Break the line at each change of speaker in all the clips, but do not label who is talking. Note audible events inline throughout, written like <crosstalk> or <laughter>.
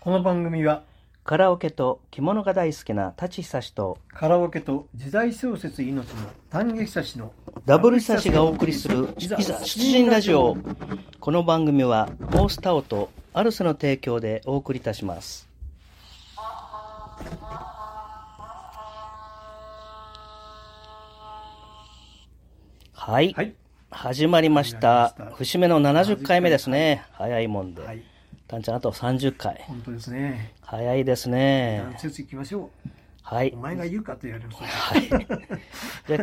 この番組は
カラオケと着物が大好きな舘久志と
カラオケと時代小説命の丹下久志の
ダブル久志がお送りするいざ出陣ラジオこの番組はモースタオとアルスの提供でお送りいたしますはい、
はい
始まりました
始まりました
節目の70回目ですね早いもんで、
はい
たんちゃんあと30回
本当ですね
早いですね
直接行きましょ
は
う
い
お前が言うかと言われます
はい。じゃあ今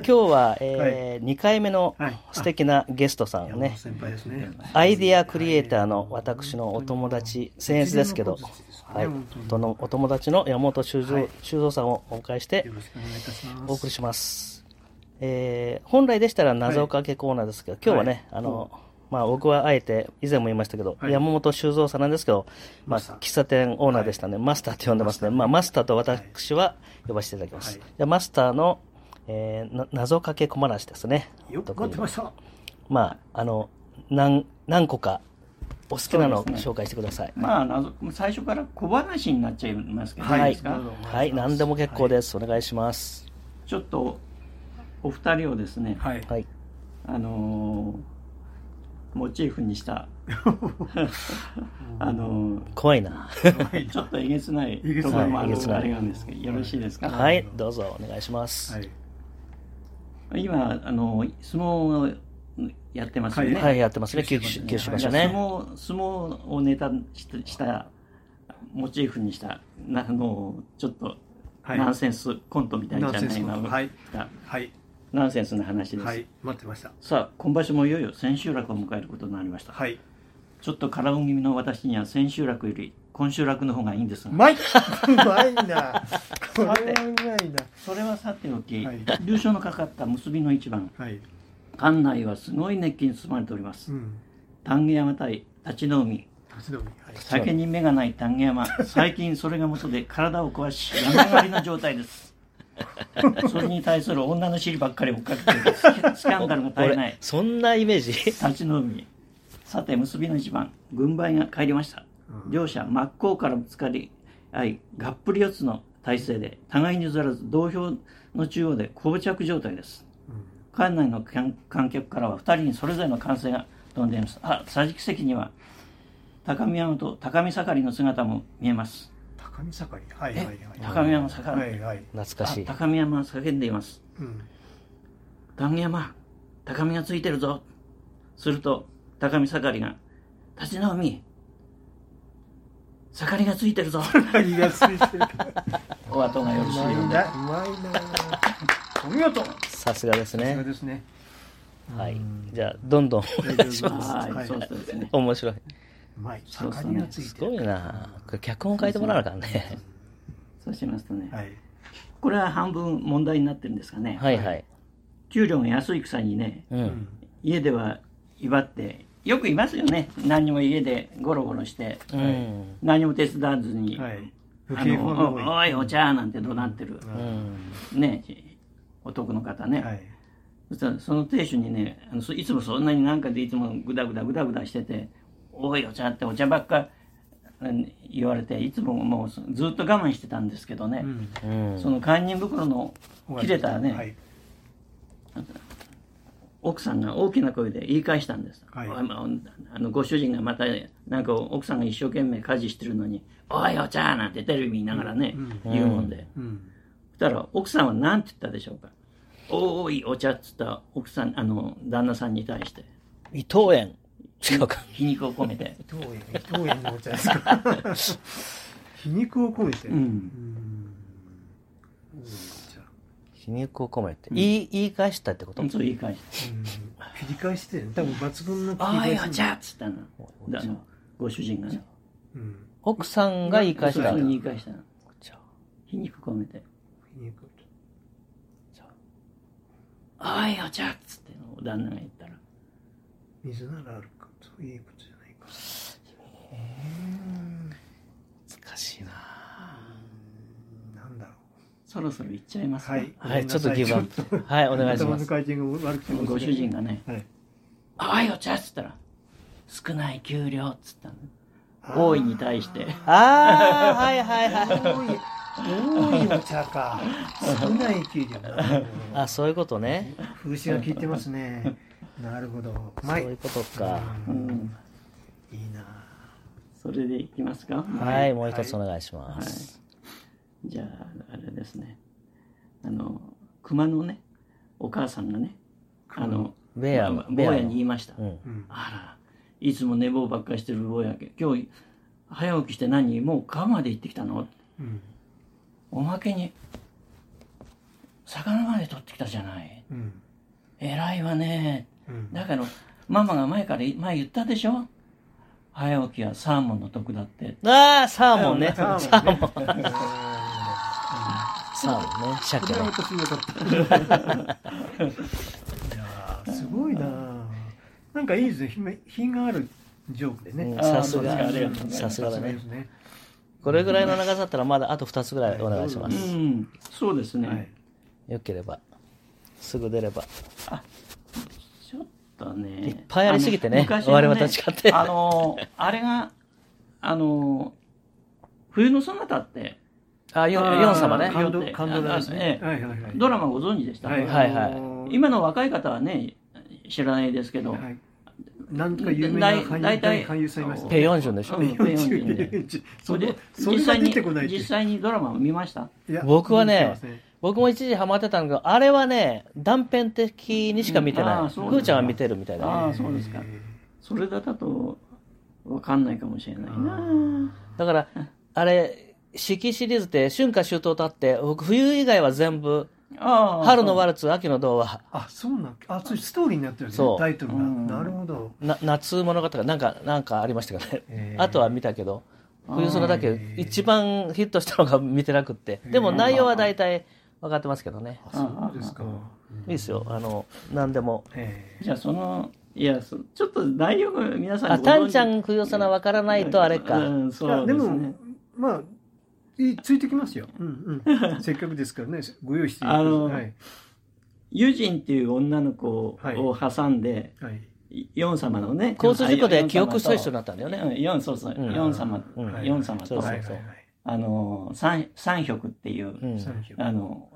日は、えー2回目の
はい
素敵なゲストさんを
山本
ね、
先輩ですね
アイディアクリエイターの私のお友達、僭越ですけど
一連のプロセスです、ね
はい
本当に、
そのお友達の山本修造,、
はい
修造さんをお迎えして
よろしくお願いいたします
お送りします。えー本来でしたら謎かけコーナーですけど、今日はね、
はい
あの、まあ僕はあえて、以前も言いましたけど、
はい
山本修造さんなんですけど、ま
マ
あ
スター
喫茶店オーナーでしたね、マスターって呼んでますね。まあマスターと私は呼ばせていただきます。
はい
でマスターの、えーな謎かけ小話ですね。
よく
特
待っ
に
てました
まあ、あの、何、何個かお好きなのを
そうですね
紹介してください。
まあ、謎最初から小話になっちゃいますけど、
はい
い、い
は
ですか
どうぞ
はい、何でも結構です。お願いします。
ちょっとお二人をですね、
はい
はい。
あのーモチーフ
<laughs>
にした、あの
怖いな。
ーちょっとえげつない
えげつな
と
い
ころもあ
え
る
げつ
あ
ない
れなんですけど、よろしいですか、
はい、どうぞお願いします。
はい
今、あのー相撲をやってますよね。
はい、やってますね。九
九
州
州
九州場所
相
ね。
撲相撲をネタにししたモチーフにしたなあのちょっと
はい
ナンセンスコントみたいな
ナンセンスコント
今の
はい
な
はい
ナンセンスな話です、
はい待ってました
さあ今場所もいよいよ千秋楽を迎えることになりました、
はい
ちょっとカラオケ気味の私には千秋楽より今秋楽の方がいいんです
う
が、
まいうまいなこれはうまいな
それはさておき、
はい
優勝のかかった結びの一番
はい
館内はすごい熱気に包まれております
うん
丹下山対立ちの海
立ち止まりはい
酒に目がない丹下山最近それが元で体を壊し病み上がりの状
<laughs>
態ですそれに対する女の尻ばっかり追っかけてるスキャスキャンダルが絶えな
俺
い、
そんなイメージ
立ちの海さて結びの一番軍配が帰りました
うん
両者真っ向からぶつかり合いがっぷり四つの体勢で互いに譲らず同票の中央で膠着状態です
うん
館内の観観客からは2人にそれぞれの歓声が飛んでいますあ桟敷席には高見山と高見盛りの姿も見えます
高見盛りはいはいはい
高見山盛り
はいはい
懐か
あ
しい。
高見山は叫んでいます
うん
高見山高見がついてるぞすると高見盛りが立ち直み盛りがついて
<laughs>
るぞ
何がついてる
お後がよろしいようで
うまいなお見事さ
さすがです
すが
ね。
ですね
はい。じゃあ、どんどん <laughs> お
大
願いし
丈夫
ま
です
は、
はいい
そうそうですね。
面白い。
うまい
そうそう
盛りがつい
す
て
ごい
る
なこれ脚本書いてもらわなあからね。
そうしますとね、
はい
これは半分問題になってるんですかね。
はいはい。
給料が安いくさにね、
う。
うんん
家では威張って、よくいますよね。何にも家でゴロゴロして、
うん。
何も手伝わずに、
はい不
あ
景況
の
の多い
おおいお茶なんて怒鳴ってる、
うん。
ね、男の方ね。
はい
そしたらその亭主にねあのそいつもそんなになんかでいつもグダグダグダグダしてて「おいお茶」ってお茶ばっかうん言われていつももうずっと我慢してたんですけどね、
うん
うん
その堪忍袋の切れたね、
はい
奥さんが大きな声で言い返したんです、
はい
おいまああのご主人がまたなんか奥さんが一生懸命家事してるのに「おいお茶」なんてテレビ見ながらね、
うん
言うもんで。
うん
そしたら奥さんは何て言ったでしょうか「おーいお茶」っつった奥さんあの旦那さんに対して
伊藤園。違うか。
皮肉を込めて
伊藤園伊藤園のお茶ですか皮肉を込めて
う
うん
ん
いいお茶
皮肉を込めて。言い、言い返したってこと
そう言い返して
うん切り返してる多分抜群の
「
切り
お
返
い
し
お茶」っつったの
お茶
あのご主人がね
うん
奥さんが言い返し
そう
た
そう。言い返したの
じゃあ
皮肉込めて
皮肉
「おいお茶」っつって旦那が言ったら
水ならあるかそういうことじゃないか
難しいな
なんだろう
そろそろ行っちゃいますか、
はい
はい、ちょっとギブアップ。はい、お願いし
頭
ま
の
す。
回転が悪くて申し訳ない
ご主人がね
はい
「おいお茶」っつったら「少ない給料」っつったの大いに対して。
ああ、はいはいはい。
多いお茶か少ない給料だ
あそういうことね
風刺が効いてますねなるほど
そういうことか、
うん、
いいな
それでいきますか
はい、もう一つお願いします、
はい、じゃああれですねあの熊のねお母さんがねあの
ベア、
まあ、坊やに言いました、うん、あらいつも寝坊ばっかりしてる坊やけ今日早起きして何もう川まで行ってきたの、
うん
おまけに、魚まで取ってきたじゃない。
うん、
偉いわね。
うん、
だから、ママが前から、前言ったでしょ早起きはサーモンの得だって。
ああ、サーモンね。サーモン、ね。
サ
ーモンね。鮭
の。私もかった。いやすごいななんかいいですね。品があるジョークでね。
さすが、さすがだね。これぐらいの長さだったらまだあと2つぐらいお願いします。、
うん、そうですね。はい
よければ、すぐ出れば。
あ、ちょっとね。
いっぱいありすぎてね、ね我々と違って。
あの、あれが、あの、冬のそなたって、
あ、ヨン様ね。
感動、感動ですね。はいはいはい。
ドラマご存知でした、。
はい、はいはい
今の若い方はね、知らないですけど、はい
なんか有名な俳優さんいました。
ペヨンジュンでしょ。ペ
ヨンジュン。それ、それが出てこない。
実際にドラマを見ました
僕はね、僕も一時ハマってたんだけど、あれはね、断片的にしか見てない。ふーちゃんは見てるみたいな。
ああ、そうですか。それだと、わかんないかもしれないな。
だから、あれ、四季シリーズって春夏秋冬とあって、僕冬以外は全部、春のワルツ、秋の童話。
あ、そうなんあ、そういうストーリーになってるね。タイトルが。なるほど。
な夏物語が、なんか、なんかありましたけどね。あとは見たけど、冬空だけ、一番ヒットしたのが見てなくって。でも内容は大体分かってますけどね。
あ、そうですか。
いいですよ。あの、何でも。
じゃあその、いや、ちょっと内容が皆さん
あ、タンちゃん冬空分からないとあれか。
そう
でも、まあ、ついてきますよ。うんうん。
<laughs>
せっかくですからね、ご用意して
あの、ユジンっていう女の子を挟んで、ヨン様のね、
交通事故で記憶喪失になったんだよね。
ヨン、そうそう、ヨン様、ヨン様と、あの、三百っていう、あの、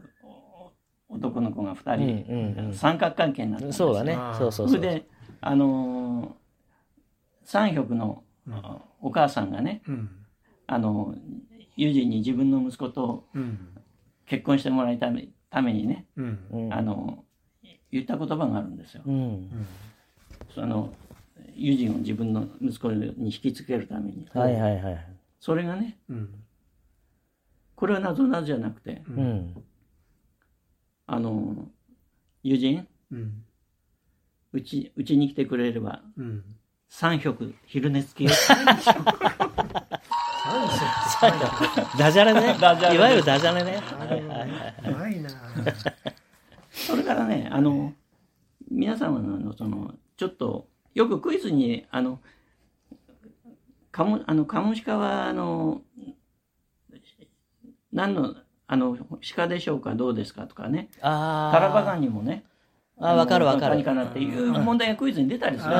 男の子が二人、三角関係になったんです
そうだね。そうそう
それで、あの、三百のお母さんがね、あの、友人に自分の息子と結婚してもらいためためにね、
うん、
あの言った言葉があるんですよ。
うん、
その友人を自分の息子に引きつけるために。
はいはいはい、
それがね、
うん、
これはなぞなぞじゃなくて、
うん、
あの友人、うちうちに来てくれれば、
うん、
3食昼寝付
<laughs>
きよ。
ダジャレね。いわゆるダジャレね。
うまいな
それからね、あの、皆様の、その、ちょっと、よくクイズに、あの、カモ、あの、カモシカは、あの、何の、あの、鹿でしょうか、どうですかとかね。
あ
あ。タラバガニもね。
あ、わかるわかる。
何かなっていう問題がクイズに出たりする。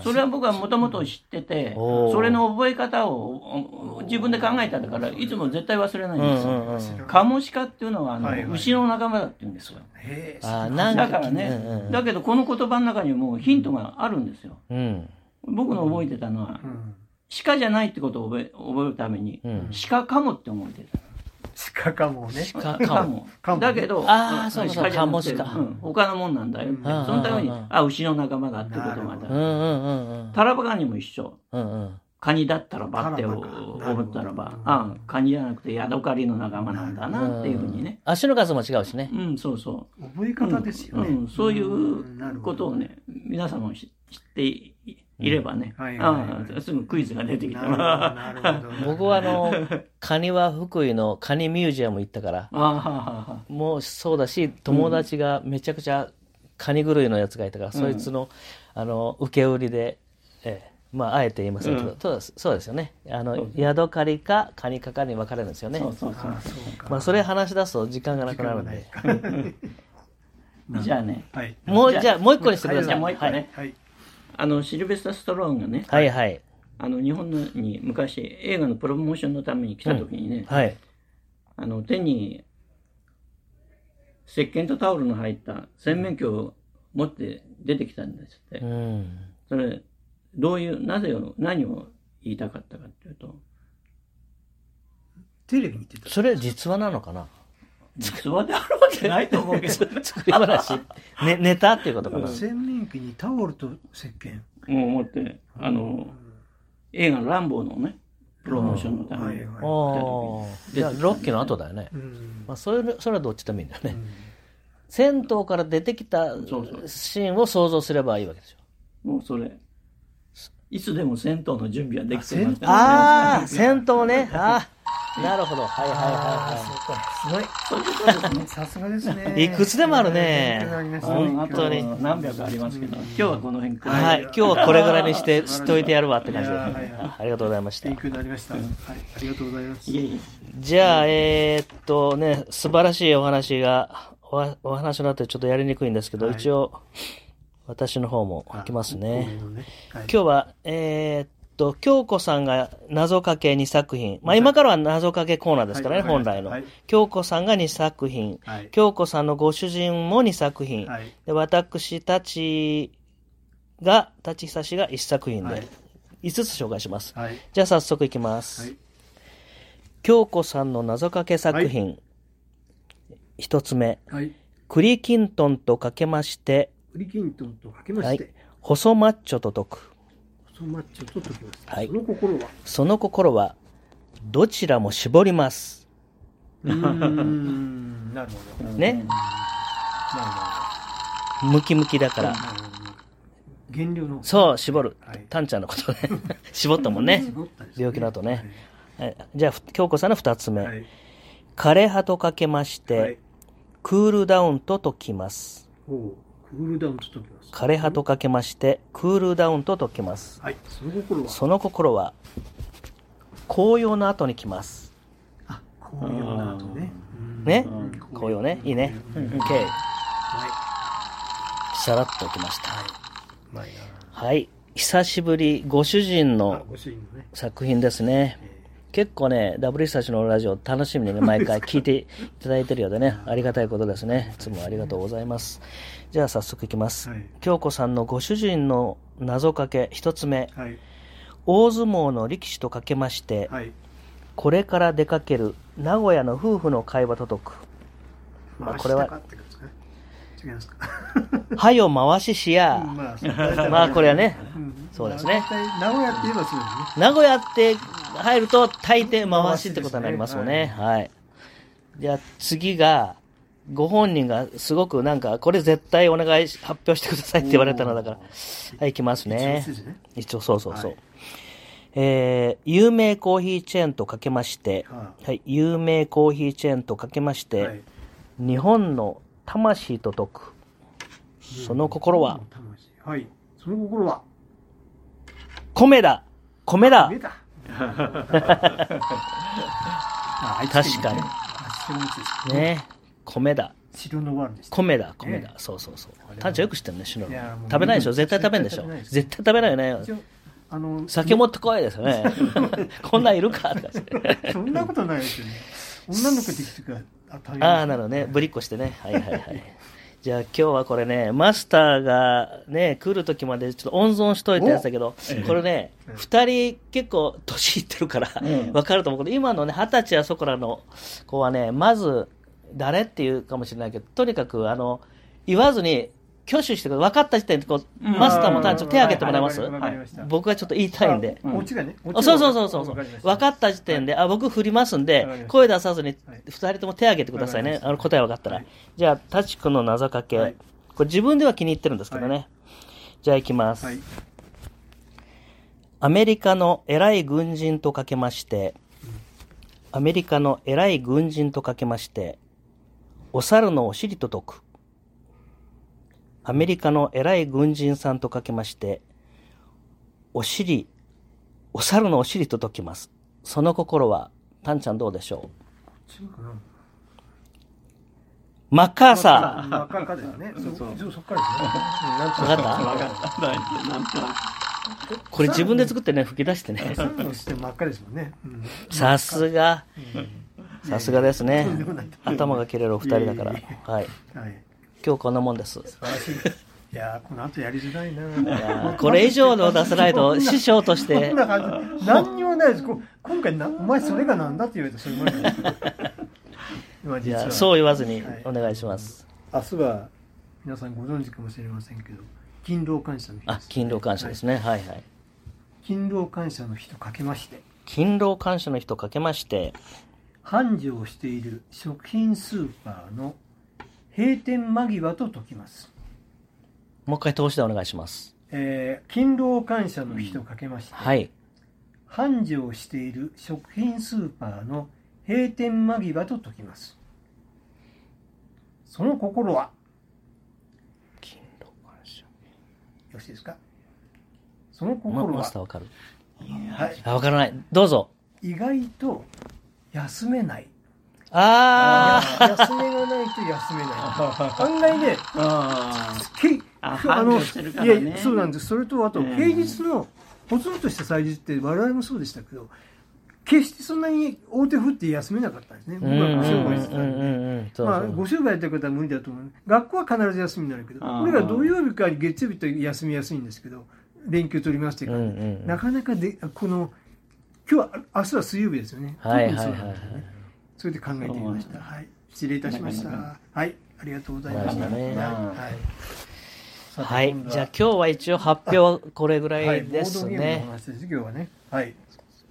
それは僕はもともと知ってて、それの覚え方を自分で考えただから、いつも絶対忘れないんですよ。カモシカっていうのは、あの、牛の仲間だって言うんですよ。
あ、
なんだからね、だけどこの言葉の中にもヒントがあるんですよ。僕の覚えてたのは、鹿じゃないってことを覚え覚えるために、鹿かもって思ってた。
鹿かもね。。
鹿かも。
だけど、
ああ、そうそう、
かもしか。他のもんなんだよ。そのために、あ、牛の仲間だってことが
あ
った。タラバガニも一緒。カニだったらばって思ったらば、あカニじゃなくてヤドカリの仲間なんだなっていうふうにね。
足の数も違うしね。
うん、そうそう
覚え方ですよね。
そういうことをね、皆様も知っていればね、すぐクイズが出てきた。 <laughs>
僕はあの、カニは福井のカニミュージアム行ったから、もうそうだし、友達がめちゃくちゃカニ狂いのやつがいたから、そいつの、あの、受け売りで、ええ、まあ、あえて言いませんけど、うん、そうですよね。あの、ヤドカリかカニかかに分かれるんですよね。
そうそうそう。
まあ、それ話し出すと時間がなくなるんで。
じゃあね。
もう、じゃあ、もう一個にしてください。
もう一個ね。あの、シルベスタ・ストローンがね。
はいはい。
あの日本に昔映画のプロモーションのために来た時にね、
はい。
あの手に石鹸とタオルの入った洗面器を持って出てきたんですって、
うん。
それどういうなぜを何を言いたかったかっていう
<laughs>
と
テレビ見てた。
それ実話なのか <laughs> な
実話であるわけないと思うけど、ね、
作り話、 <laughs> ね、ネタっていうことかな。
洗面器にタオルと石鹸。
もう思ってあの映画の「ランボー」のねプロモーションのために、
はいはい
おーじゃあ、ロッキーの後だよね。
うん
まあ、それ、それはどっちでもいいんだよね。銭湯から出てきた
そうそう
シーンを想像すればいいわけでしょ。
もうそれいつでも銭湯の準備はできて
あ銭
ます
湯
ああ、銭湯ね。ああ、なるほど。はいはい
あ
は
あ、そうか。すごい。さすがですね。
いくつでもあるね
勉強になります
本当に
あの何百ありますけど、今日はこの辺
い
くら。
はいい。はい、今日はこれぐらいにして、知っておいてやるわって感じで。
いやーはいはい
ありがとうございました
勉。強になりました。はい、ありがとうございます。
いえいえ。
じゃあ、えーっとね、素晴らしいお話が、おわお話の後ちょっとやりにくいんですけど、
はい
一応、私の方も開きますね。
あ。今
今日は、えーっと、京子さんが謎かけ2作品。まあ今からは謎かけコーナーですからね、
はい
本来の、
はい
京子さんが2作品。
はい
京子さんのご主人も2作品。
はい
で私たちが、立ち久しが1作品
は
で
い、
5つ紹介します。
はい。
じゃあ早速いきます。
はい
京子さんの謎かけ作品。一、つ目。
はい。
栗きんとんとかけまして、
ウリキントンとかけま
は
し
い
て、。
細マッチョと解く。
細マッチョと解きます。
はい
その心は。
その心は、どちらも絞ります。
うーん。なるほど。
ね。
な
ムキムキだから。
るほど。減量の。
そう、絞る
はい。
タンちゃんのことね。 <laughs> 絞ったもんね。
絞ったですね
病気の後ね。はいじゃあ、ふ京子さんの二つ目。
はい。
枯れ葉とかけまして、
はい。
クールダウンと解きます。
おうクールダウンと解きます。
枯れ葉とかけまして、クールダウンと解きます。
はい。その心は。
その心は、紅葉の後に来ます。
あ、こういうような後ね。うん
ね
うん
紅葉ね。いいね。
うん
OK
はい。。
さらっときました。
はい。うまいな。
はい。久しぶり、ご主人
あ
の、
ご主人のね。
作品ですね。結構ね、ダブルスタジオのラジオ楽
<laughs>
しみにね、毎回聞いていただいてるようでね、ありがたいことですね。いつもありがとうございます。じゃあ早速いきます。
はい
京子さんのご主人の謎かけ、一つ目、
はい。
大相撲の力士とかけまして、
はい。
これから出かける名古屋の夫婦の会話と解まあ
回
これは
したかってことですね違いますか。
く。はよ回しし <laughs> や。
まあ、
まあこれはね、
うん
そうですね
大体名古屋って言えばそうですね。
名古屋って入ると大抵回しってことになりますもんね。はい。じゃあ次が、ご本人がすごくなんか、これ絶対お願いし、発表してくださいって言われたのだから。はい、いきますね
一応。筋ね
一応、そうそうそう。
はい
えー、有名コーヒーチェーンとかけまして、
は
はい、有名コーヒーチェーンとかけまし
い
て、
はい
日本の魂と解く。その心は、
魂はい。その心は、
米だ米だ
目だ。
<laughs> 確かに。
発祥の地ですね。
ね米だ。
白のワールです。
米だ、米
ね
だ。そうそうそう。タンちゃんよく知ってるね、シノ
いやもう
食べないでしょ絶対食べんでしょ
絶対食べないです
絶対食べないよね
一。応あの、
酒持ってこいですよ <laughs> ね。こんなんいるかとかして
そんな <laughs> ことないですよね。女の子できてから、あ、大変
ああ、なるほどね。ぶりっこしてね。はいはいはい。じゃあ今日はこれね、マスターがね、来る時までちょっと温存しといたやつだけど、これね、二、人結構年いってるから
ええ、
<laughs> わかると思うけど、今のね、二十歳やそこらの子はね、まず、誰っていうかもしれないけど、とにかく、あの、言わずに、挙手してくれ分かった時点でこう、
うん
マスターも単純に手挙げてもらえます
わかりました。
僕がちょっと言いたいんで。
あオチがね。オチ
あ
が
そうそうそうそうそう。
わりました
分かった時点で、あ、僕振りますん
わかりま
で
し、た
声出さずに
はい
二人とも手挙げてくださ
わ
い
か
ね。
りました
あの答え分かったら。
はい
じゃあ、タチ君の謎かけ。
はい
これ自分では気に入ってるんですけどね。
は
じゃあ行きます、
はい。
アメリカの偉い軍人とかけまして、アメリカの偉い軍人とかけまして、お猿のお尻と解く。アメリカの偉い軍人さんとかけまして、お尻、お猿のお尻と解きます。その心は、タンちゃんどうでしょ
違うかな
うマッカーサ
真っ赤っかだよね。そうそう。そっからですね。うんなんと
ー。わかった
分かった。なんとなく
これ自分で作ってね吹き出してね
サンドして真っ赤ですもんね。うん
さすがさすがですね
とんでもない
頭が切れるお二人だから
いえい
はい
はい。
今日こんなもんです
素晴らしい。いやーこの後やりづらい
いや
な
<laughs> ー。これ以上の出せないと師匠とし
そ <laughs>
て
んな感じ。何にもないです。こ今回な、お前それがなんだって言われたそれまでです。今
い
実
や
は。
そう言わずに
はい
お願いします
明日は皆さんご存知かもしれませんけど、勤労感謝の日で
あ
す。
勤労感謝ですねはいはい
勤労感謝の日とかけまして、
勤労感謝の日とかけまして
繁盛している食品スーパーの閉店間際と解きます。
もう一回通してお願いします
えー勤労感謝の日とかけまして、
はい
繁盛している食品スーパーの閉店間際と解きますその心は
勤労感謝
よろしいですかその
ま
心
マ
は
スター、わかる
はい
あわからないどうぞ
意外と休めない
あー
休めがないと休め
<laughs>
ない案外ね
あ
けい
あ
あ
繁
の
盛してるからね
いやそうなんですそれとあと
うん
平日のポツンとした祭日って我々もそうでしたけど決してそんなに大手振って休めなかったんですね
う
僕
んうん
はご商
う
売
ん
してた
うん
で
んうんそう
まあ、
そ
ご
う
商売やってる方は無理だと思う学校は必ず休みになるけど
あー
俺ら土曜日から月曜日と休みやすいんですけど連休取りまして
う
か
ん
ら、
うん
なかなかでこの今日は明日は水曜日ですよね、
はい
特に
はい
そうな
はい
んですよ
はい
ねそれで考えてみました、はい、失礼いたしましたはいありがとうございました
なるほど
はい
ね
はいさて
はい
今度
じゃあ今日は一応発表はこれぐら
はい
いです
ボードゲーム
ね
の話です今日はねはい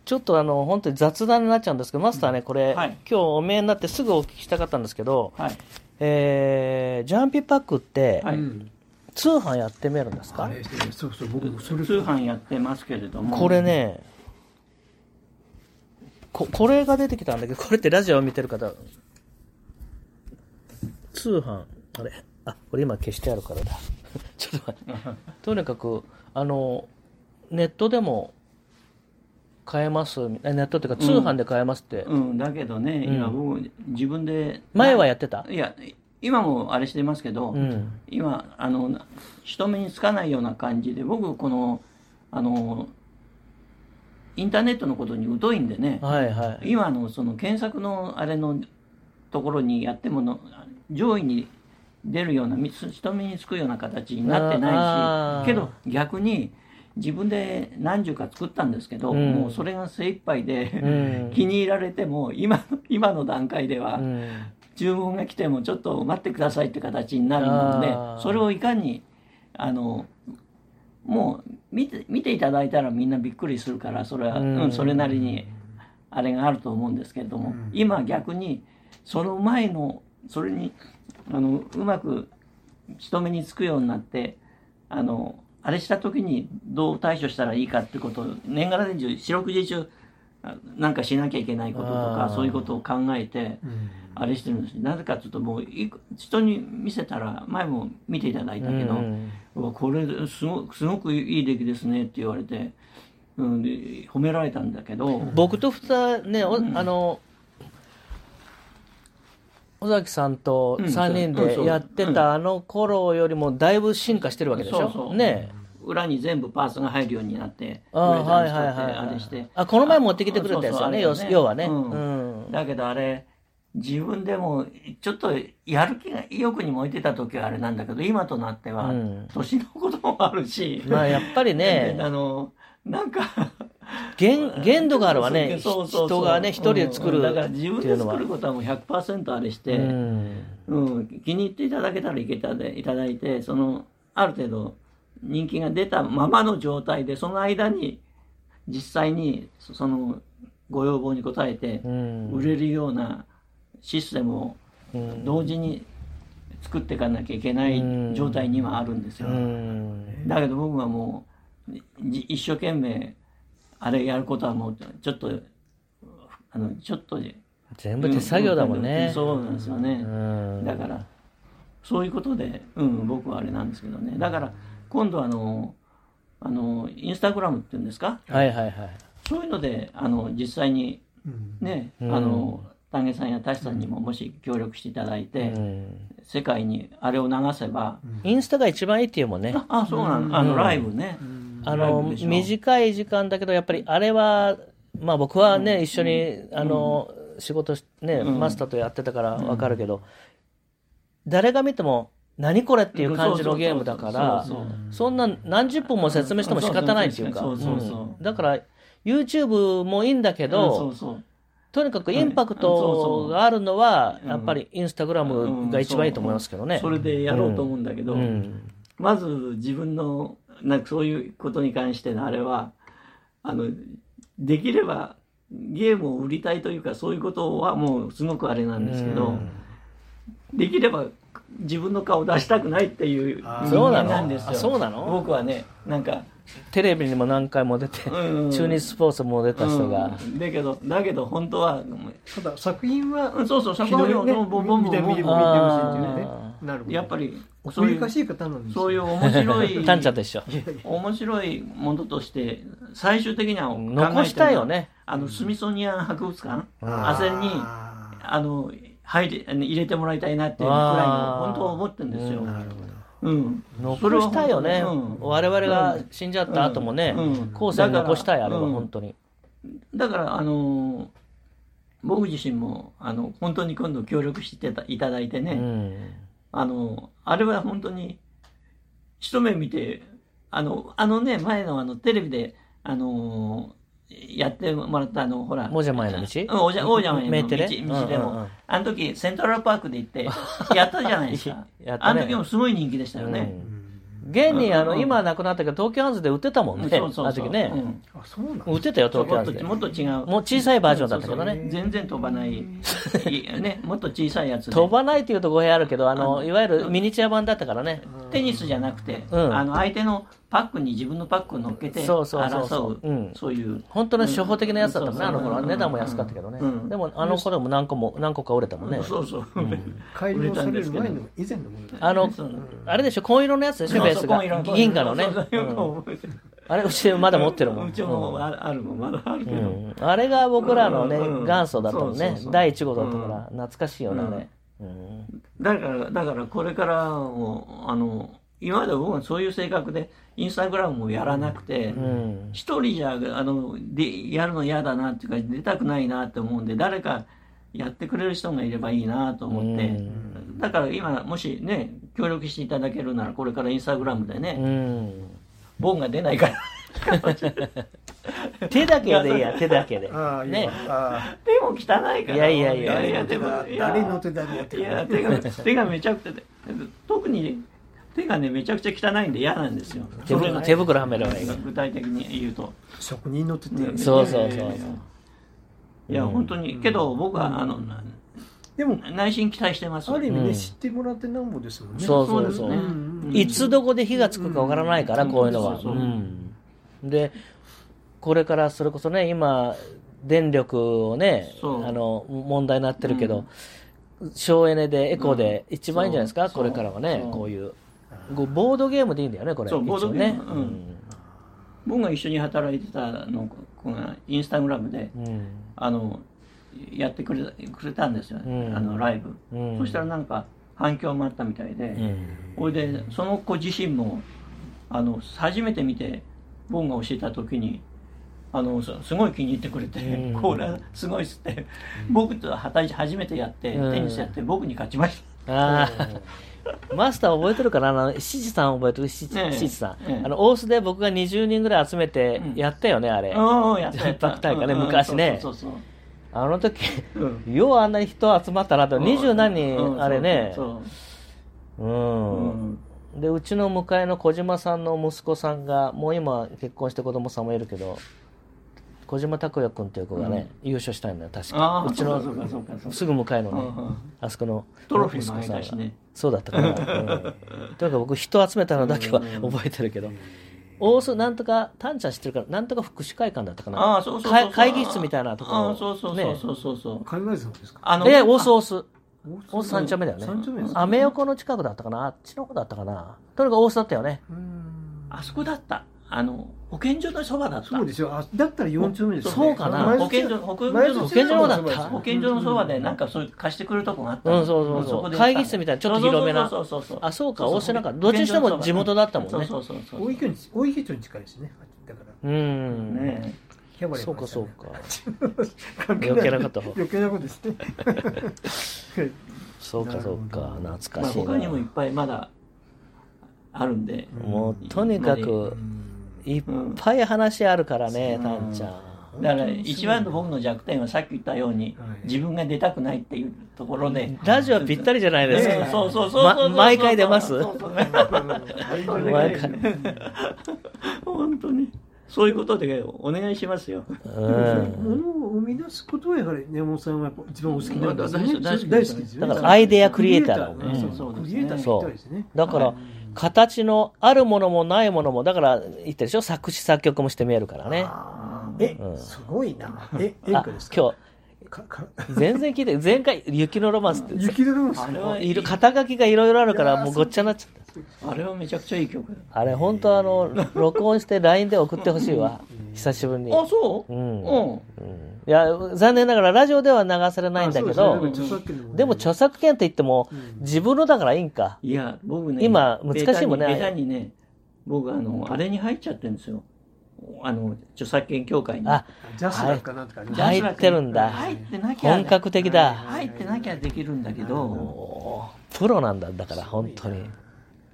ちょっとあの本当に雑談になっちゃうんですけどマスターねこれ
はい
今日お見えになってすぐお聞きしたかったんですけど
あはい
えージャンピパックって
はい
うん
通販やってみるんですか
あれそうそう僕もそれ
通販やってますけれども
これねここれが出てきたんだけどこれってラジオを見てる方通販あれあこれ今消してあるからだ <laughs> ちょっと待って
<laughs>
とにかくあのネットでも買えますえネットっていうか通販で買えますって、
うんだけどね今僕自分で
前はやってた
いや今もあれしてますけど、
うん
今あの人目につかないような感じで僕このあのインターネットのことに疎いんでね、
はいはい
今のその検索のあれのところにやってもの上位に出るようなみ人目につくような形になって
あ
な
あ
いしけど逆に自分で何十か作ったんですけど、
うん
もうそれが精一杯で、
うん
<laughs> 気に入られても今の今の段階では、
うん
注文が来てもちょっと待ってくださいって形になるの
あー
でそれをいかにあのもう見て見ていただいたらみんなびっくりするからそれは、
う
うんんそれなりにあれがあると思うんですけれど
う
も、
ん
今逆にその前のそれにあのうまく人目につくようになってあのあれした時にどう対処したらいいかってことを年がら年中四六時中あなんかしなきゃいけないことと
あ
か
ー
そういうことを考えて。
うん
あれしてるんですなぜかというともういく人に見せたら前も見ていただいたけど
う、ん
うわこれすごすごくいい出来ですねって言われて、うん、で褒められたんだけど、
僕と二ね、おあの尾崎さんと
うん
3人
うん
で
そう
やってたあの頃よりもだいぶ進化してるわけでしょ
そうそう
ねえ
裏に全部パーツが入るようになって
ああ
ウレタン
はいはいはい
使ってあれして
あこの前持ってきてくれたやつ
そうそう
よ
あ
ね
れ
要
ね
要はね
うん
うん
だけどあれ自分でもちょっとやる気が意欲に燃えてた時はあれなんだけど今となっては
うん
年のこともあるし、
まあやっぱりね
<laughs> であのなんか
限限度があるわねひ
そうそうそう
人がね一人で作る
うんだから
っ
自分
ていう
で
のは
作ることはもう100%あれして、
う
うん
ん
気に入っていただけたらいけたでいただいてそのある程度人気が出たままの状態でその間に実際にそそのご要望に応えて
うん
売れるようなシステムを同時に作っていかなきゃいけない状態にはあるんですよ。
うん
だけど僕はもうじ一生懸命あれやることはもうちょっとあのちょっとで
全部手作業だもん
う
ね
そうなんですよね、
うん
だからそういうことで、うん、僕はあれなんですけどねだから今度あのあのインスタグラムっていうんですか
はいはいはい
そういうのであの実際に
うん
ね、
うん
あの丹下さんや舘さんにももし協力していただいて、
うん
世界にあれを流せば、
インスタが一番いいっていうもんね
ああそうなん、あのライブね、
うん
あの、短い時間だけど、やっぱりあれは、まあ僕はね、一緒に、あの、仕事しね、
うん
マスターとやってたからわかるけど、誰が見ても、何これっていう感じのゲームだから、
そうそうそう
そんな何十分も説明しても仕方ないっていうか、
そうそうそうそう
うんだから、YouTube もいいんだけ
そう
ど、
そうそう
とにかくインパク
そうそ
ト
う
があるのは、
うん
やっぱりインスタグラムが一番いいと思いますけどね。
それでやろうと思うんだけど、
うん
まず自分のなんかそういうことに関してのあれはあのできればゲームを売りたいというかそういうことはもうすごくあれなんですけど、
うん
できれば自分の顔を出したくないっていう人
あー
そうな
間
の
なんですよ
あそうなの
僕はねなんか、
テレビにも何回も出て、
うん
中日スポーツも出た人が、
うんだけどだけど本当はう
ただ作品は
んそうそうそ
ひ
こは
どい
ね
ね見て見て
ボ
ほ
ン
し
ボン
い
ボ
っていう
ンボンボン
ね
あ
なるほど
やっぱりそういう
難しい方なんですよ
そういう面白
<laughs>
い
タンちゃんと一緒。
面白いものとして最終的には考えてるのは
残したいよね。
あのスミソニアン博物館
あー
あせんにあの入れ入れてもらいたいなっていうくらいの
あー
本当は思ってるんですよ、
なるほど
うんそ
残
れは
したいよね。
うん
我々が死んじゃった後もね、
うんうん
後世に残したい、あれは
うん
本当に。
だからあの僕自身もあの本当に今度協力してたいただいてね、
うん
あのあれは本当に一目見てあのあのね前のあのテレビであのやってもらったあのほら
もじゃ前の道
うん、おじゃ、おじゃまいの
メ
道
テレ
道で
うんうんうん。
も。あの時、セントラルパークで行って、やったじゃないですか
やった
あ
ね
の時もすごい人気でしたよ
う
ね。
ん現にあの
うん
今亡くなったけど東京ハンズで売ってたもん
うん
ね、
そうそう
あの
そう。
時ね、
あそうなんだ
売ってたよ、
うん
東京ハンズで。
もっともっと違う。
もう小さいバージョンだったけどね
そうそう全然飛
<laughs>
ばない。いね、もっと小さいやつで。
飛ばないというと語弊あるけど、あ
あ
の
の
いわゆるミニチュア版だったからね、
テニスじゃなくて、
うん
あの相手のパックに自分のパックを乗っけて
そうそうそう
争
そう
う
うん
そういう
本当の初歩的なやつだったもんね、
う
あ
ん
の頃は値段も安かったけどね、
うん
でもあの頃も何個も何個か折れたもんね、
そうそう、
改良される前の以前のものだ
あの
そうそう
あれでしょ、紺色のやつでし
そ
ょ、
う
ベー
そ
ス
う
が、
紺色の
銀貨のね、
そうそうよく
うん
覚えてる
あれ、うちまだ持ってるもん、
うちもああるもんまだあるけ
う
ど、
んあれが僕らのね、
うん
元祖だったもん
そ
ね
うそうそ、う
第1号だったから、懐かしいよね、あれ。うん
だから、だからこれからも、あの、今まで僕はそういう性格で、インスタグラムもやらなくて、
うん
一人じゃ、あの、で、やるの嫌だなっていうか、出たくないなって思うんで、誰かやってくれる人がいればいいなと思って、
う
だから今、もしね、協力していただけるなら、これからインスタグラムで
う
ね、
ん
ボンが出ないから。 <laughs>
手だけでいい
<laughs>
や、手だけで。
ああいい
ね
わ、あ
手も汚いから。
いやいやい
い
や
やい
あ
や、でも、いや
誰の手だろうって
いや手が手がめちゃくちゃ特に手がねめちゃくちゃ汚いんで嫌なんですよ
手袋手袋はめればいい。
具体的に言うと
職人の手ってやつ
そうそうそうそう。
いや本当にけど僕はあの
でも
内心期待してます
ある意味
うん
ね知ってもらってなんぼですもんね
そう
そ
そうう
です
そ
ね
う。
ん
いつどこで火がつくかわからないから、
うん
こういうのは。
そう
う
そうん
で、これからそれこそね、今、電力をね、あ
そう
の、問題になってるけど、省エネで、エコで、一番いいんじゃないですか、
そ
こ
う
れからはね
そ、う
こういう。こうボードゲームでいいんだよね、これ。
そうボードゲーム
一応ね
僕が一緒に働いてたのこのインスタグラムで
うんうん
あのやってくれくれたんですよ、
うん
あのライブ、
うん
そしたらなんか反響もあったみたいで、
うん
それでその子自身もあの初めて見てボンが教えた時にあのすすごい気に入ってくれて、
うん
これすごいっすって、僕と畑初めてやって、
うん
テニスやって僕に勝ち
<laughs>
まし
ああ、マスター覚えてるかなあの、七時さん覚えてる七
ええ
時七時さ
ええ
ん。あの、大須で僕が20人ぐらい集めて
うん
やったよね、あれ
た。。うん、やったやった
バック大会ね
うんうん
昔ね
そうそう
あの時、
そうそううん
ようあんなに人集まったなと、二十何
うん
人、あれね
そ。う
う。
そううんん
で、うちの向かいの小島さんの息子さんが、もう今結婚して子供さんもいるけど、小島拓也君っていう子がね、優勝したんだよ、確
あ
か。
あ
うち
そうかそうかそう
の、
か
すぐ向かいの
うんう
ね
ん、
あそこの
トロフィーもあ
息
げ
子
た
さ
し
んが
ね
そうだったかな。う
<laughs>
んとにかく僕人集めたのだけは覚えてるけど。大須、なんとか、タンちゃん知ってるから、なんとか福祉会館だったかな。
ああそうそうそうそう
か会議室みたいなところ。
ああそうそうそうそうそうそう、
考えてたんですか
あの
え、大須、大須。大須
三
三丁目だよね。
三丁目ですか
アメ横の近くだったかなあっちの方だったかなとにかく大須だったよね。
うーん
あそこだったあの保健所のそばだった
そうですよ。あだったら四丁目です、ね。
そうかな
保健所保健
前
所
寿司
保
の
健所の方だった
前寿司
保健所のそばでなん
か。
かそういう貸してくれるとこがあった
う
の
ん、そうそう
そ
そ
こ
う。
で
会議室みたいな、ちょっと広めな。
そうそうそうそう
あ、そうか、
そ
大
うそ
瀬
う
中。どっちにしても地元だったもんね。
そうそうそうそ
大
う
井町大井町に近いですね。だから
うん。
ね
キャバレー
そ
も
う
あり
か、
まし
そ
たね
うか。
関係い
余計なこ
<laughs>
と
余計なことですね。
そうか、
な
そう
る
か
ほ。ど
懐
まあ
かしい
他にもいっ
な。
ぱいまだあるんで
もう、とにかく、いっ
うん
ぱい話あるからね、
うん
たんちゃん。
だから一番の僕の弱点はさっき言ったように
はい
自分が出たくないっていうところで
ラジオぴったりじゃないです
ねえ
か。
そうそうそうそう
ま
そうそう
毎回出ます
そうそうそう
うん
毎回
本当にそういうことでお願いしますよ
うん。
物を生み出すことはやはり根本さんはやっぱ一番お好きなんです
ま
ね。
あ大好き
大好きですよね。
だからアイデアクリエイターだもんね
クリエイター
うん
クリエイターにぴったりですね。
だから、形のあるものもないものも、だから、言ってるでしょ作詞作曲もして見えるからね。
あーえ、
うん
すごいな。え、演
あ
歌です、か。
今日、
かか
全然聞いて、前回、雪のロマンスって、
雪のロマンス
あれ
か。
はい
る肩書きがいろいろあるから、もうごっちゃになっちゃった。
あれはめちゃくちゃいい曲だ
あれ、本当あの、録音して LINE で送ってほしいわ。久しぶりに。
あそう
うん
うん
うんいや、残念ながらラジオでは流されないんだけ
あ
ど、
そうですね著作権の問題
でも著作権って言っても、自分のだからいいんか。
いや、僕ね、
今難しいもんね
ベタにベタにね、僕、あの、あれに入っちゃってるんですよ。あの、著作権協会に。
あ、
ジャスラックかなんとかあります
ジャス
入
ラッ
っ
ク
てるんだ。
入ってなきゃ、
本格的だ。
入ってなきゃできるんだけど、
おープロなんだ、だから本当に。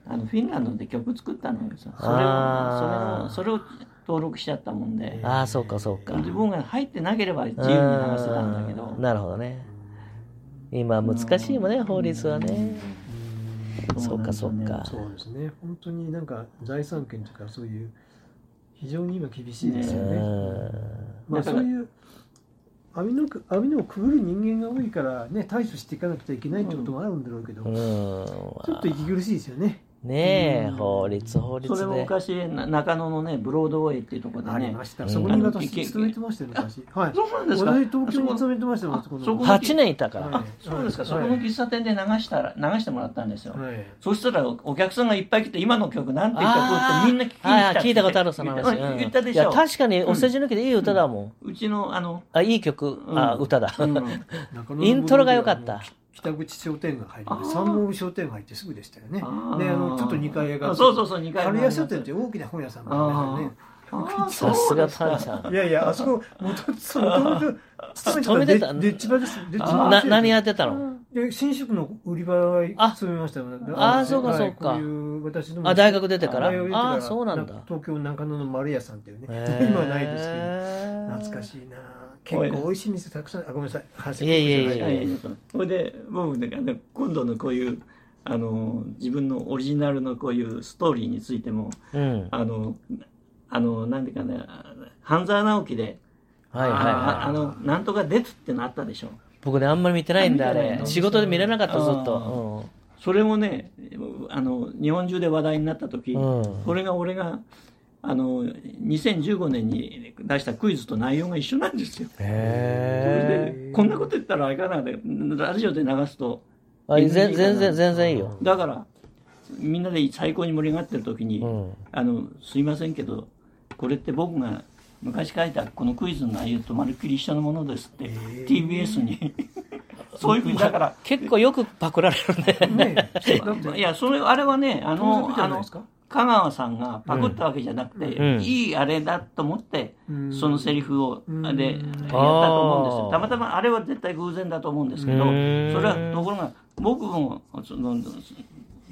あの、フィンランドで曲作ったのよさ。
あー
それを、それを、それを登録しちゃったもんで。
ああ、そうかそうか。
自分が入ってなければ自由に流せたんだけ
う
ど
ん、なるほどね。今難しいもんね、法律はね。そうかそうか。
そうですね。本当になんか財産権とかそういう非常に今厳しいです
う
よね。
ん
まあそういう網のく網のをくぐる人間が多いからね対処していかなくちゃいけないってこともあるんだろうけど、
う
ち
ん。
ょっと息苦しいですよね。
ねえ、法律、法律
それも
で。
昔、な中野のね、ブロードウェイっていうところでね。
ありました。
うん
そこに私
あの
勤めてましたよ昔。はい。
そうなんですか
私東京に勤めてましたよ
あ
そこの
そこ
8年いたから。
はい
そうですか、
はい
そこの喫茶店で流したら、流してもらったんですよ。
はい。
そしたらお客さんがいっぱい来て、今の曲なんて曲っ
あー
てみんな聞きに来た
はいはい聞いたことある、その話。
うん
うん
言ったで
い
し
や、
ょ。
確かにお世辞抜きでいい歌だもん。
うちの、あの、
あ、いい曲、あ、
うん
歌だ。
中野の
イントロが良かった。
北口商店街入
あ
って
ー
三門商店街ってすぐでしたよね。であ
あー
のちょっと2階上が
あそうそうそう二階上が
春
り
屋商店って大きな本屋さんなんですよね。
<laughs> あー
さすが
そう
タ
で
ン
す
ち
か
ゃん。
いやいや、あそこ、もともと、もともと、勤
勤
め
めて
て
た
た、ででっちばです。でっちば
な、何や
っ
ってたの
で、新宿の売り場に
あ
勤めましたので。
あー
の
そうか
はい
そうか
こういう私の。
あ、大学出てから
大学出てから
ああ、そうなんだ。
東京中野の丸屋さんっていうね。
へ
<laughs>
ー
今はないですけど。懐か
い。
しいな結構美味しい店たくさん、あ、ごめんなさい話。
いやいやいやいや
はいそれで、僕ね、あの今度のこういう、あの、自分のオリジナルのこういうストーリーについても、
うん。
あの、あの、なんていうかね、半沢直樹で、
はいはい
ああ
はい。
の、なんとか出つってのあったでしょ。
僕ね、あんまり見てないんだ、あ
あ見てない
れ。
の
仕事で見れなかった、ずっ
あ
と。
それもねあの日本中で話題になった時、
うん
これが俺があの2015年に出したクイズと内容が一緒なんですよ。
うん
それ
へ
でこんなこと言ったらあれかなでラジオで流すと
ーあ全然、全然、全然いいよ。
だからみんなで最高に盛り上がってる時に、
うん。
あのすいませんけどこれって僕が昔書いたこのクイズの内容とまるっきり一緒のものですって、
<laughs>
TBS にそういうふうにだから。
結構よくパクられるね。
ね
<laughs>
えだって
いや、それ、あれはね、あ
盗
の
作、じ
あ
ゃない
の
ですか、
香川さんがパクったわけじゃなくて、
うん
いいあれだと思って、
うん
そのセリフを、
うん
で、やったと思うんです
あー
よ。たまたまあれは絶対偶然だと思うんですけど、
う
そ
ん
れは、ところが、僕も、その、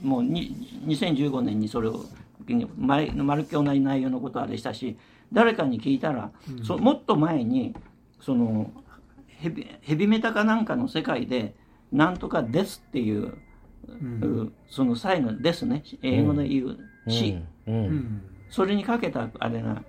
もうに2015年にそれを、前まるっきり同じ内容のことあれしたし、誰かに聞いたら、そもっと前に、その、ヘビヘビメタかなんかの世界で、なんとかですっていう、うんその最後ですね英語で言う「し、
う。
うんん
それにかけたあれが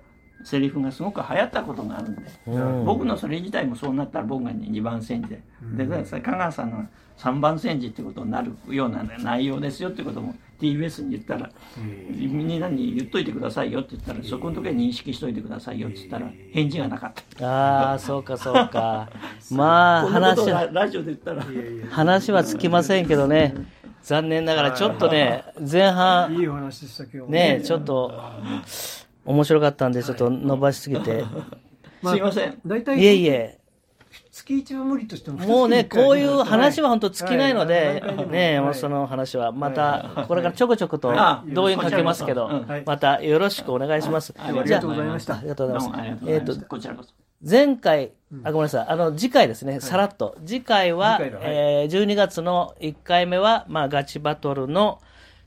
セリフがすごく流行ったことがあるんで、
うん
僕のそれ自体もそうなったら僕が2番煎じで,、でだから香川さんの3番煎じってことになるような内容ですよってことも TBS に言ったら「みんなに言っといてくださいよ」って言ったら「そこの時は認識しといてくださいよ」って言ったら返事がなかった。
ああ、そうか、 <laughs> そうか。まあ、
こんなことを
話は
ララジオで言ったら
いやいや
話はつきませんけどね、残念ながらちょっとね、前半、
いいお話でした今日
ね、ちょっと、面白かったんで、ちょっと伸ばしすぎて。
すいません。
大体
いえいえ。
月一は無理としても
もうね、
二月に一回
こういう話は本当尽きないので
はいはい、
ね、山
は
本
い
さんの話は、また、これからちょこちょこと
はい
動員かけますけ
は
ど
い
はい、
またよろしくお願いします。
はいはい
ありがとうございました
ありがとうござい
どうもあり
ま
が
す
と。うご
え
ざ
っと
いました。、こちらこそ。
前回、あ、ごめんなさい、あの、次回ですね、さらっと。次回は、
次回だはい
えー12月の1回目は、まあ、ガチバトルの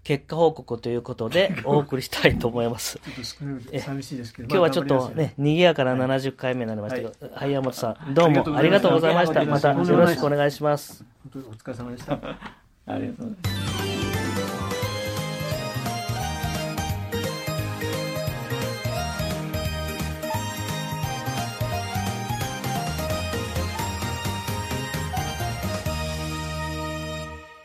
結果報告ということ <laughs> で、お送りしたいと思います。
ちょっと少ない寂しいですけど。
今日はちょっ
まあ
とね、、賑やかな70回目になりましたけど、はい、山本さん、どうもあ
あ
り
り
が
が
と
と
う
うござ
ござい
い
ま
ま
し。
したた
またよろしくお願いします。
頑張りますよ本当にお疲れ様でした。
ありがとうございます。